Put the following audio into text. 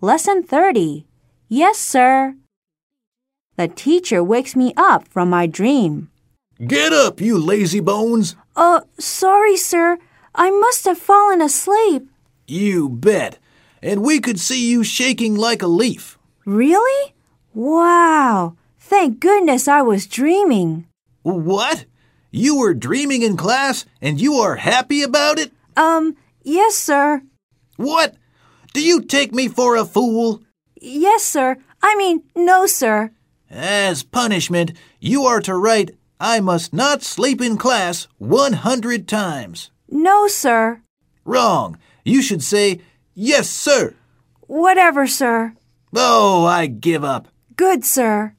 Lesson 30. Yes, sir. The teacher wakes me up from my dream. Get up, you lazy bones! Uh, sorry, sir. I must have fallen asleep. You bet. And we could see you shaking like a leaf. Really? Wow. Thank goodness I was dreaming. What? You were dreaming in class and you are happy about it? Um, yes, sir. What? Do you take me for a fool? Yes, sir. I mean, no, sir. As punishment, you are to write, I must not sleep in class 100 times. No, sir. Wrong. You should say, Yes, sir. Whatever, sir. Oh, I give up. Good, sir.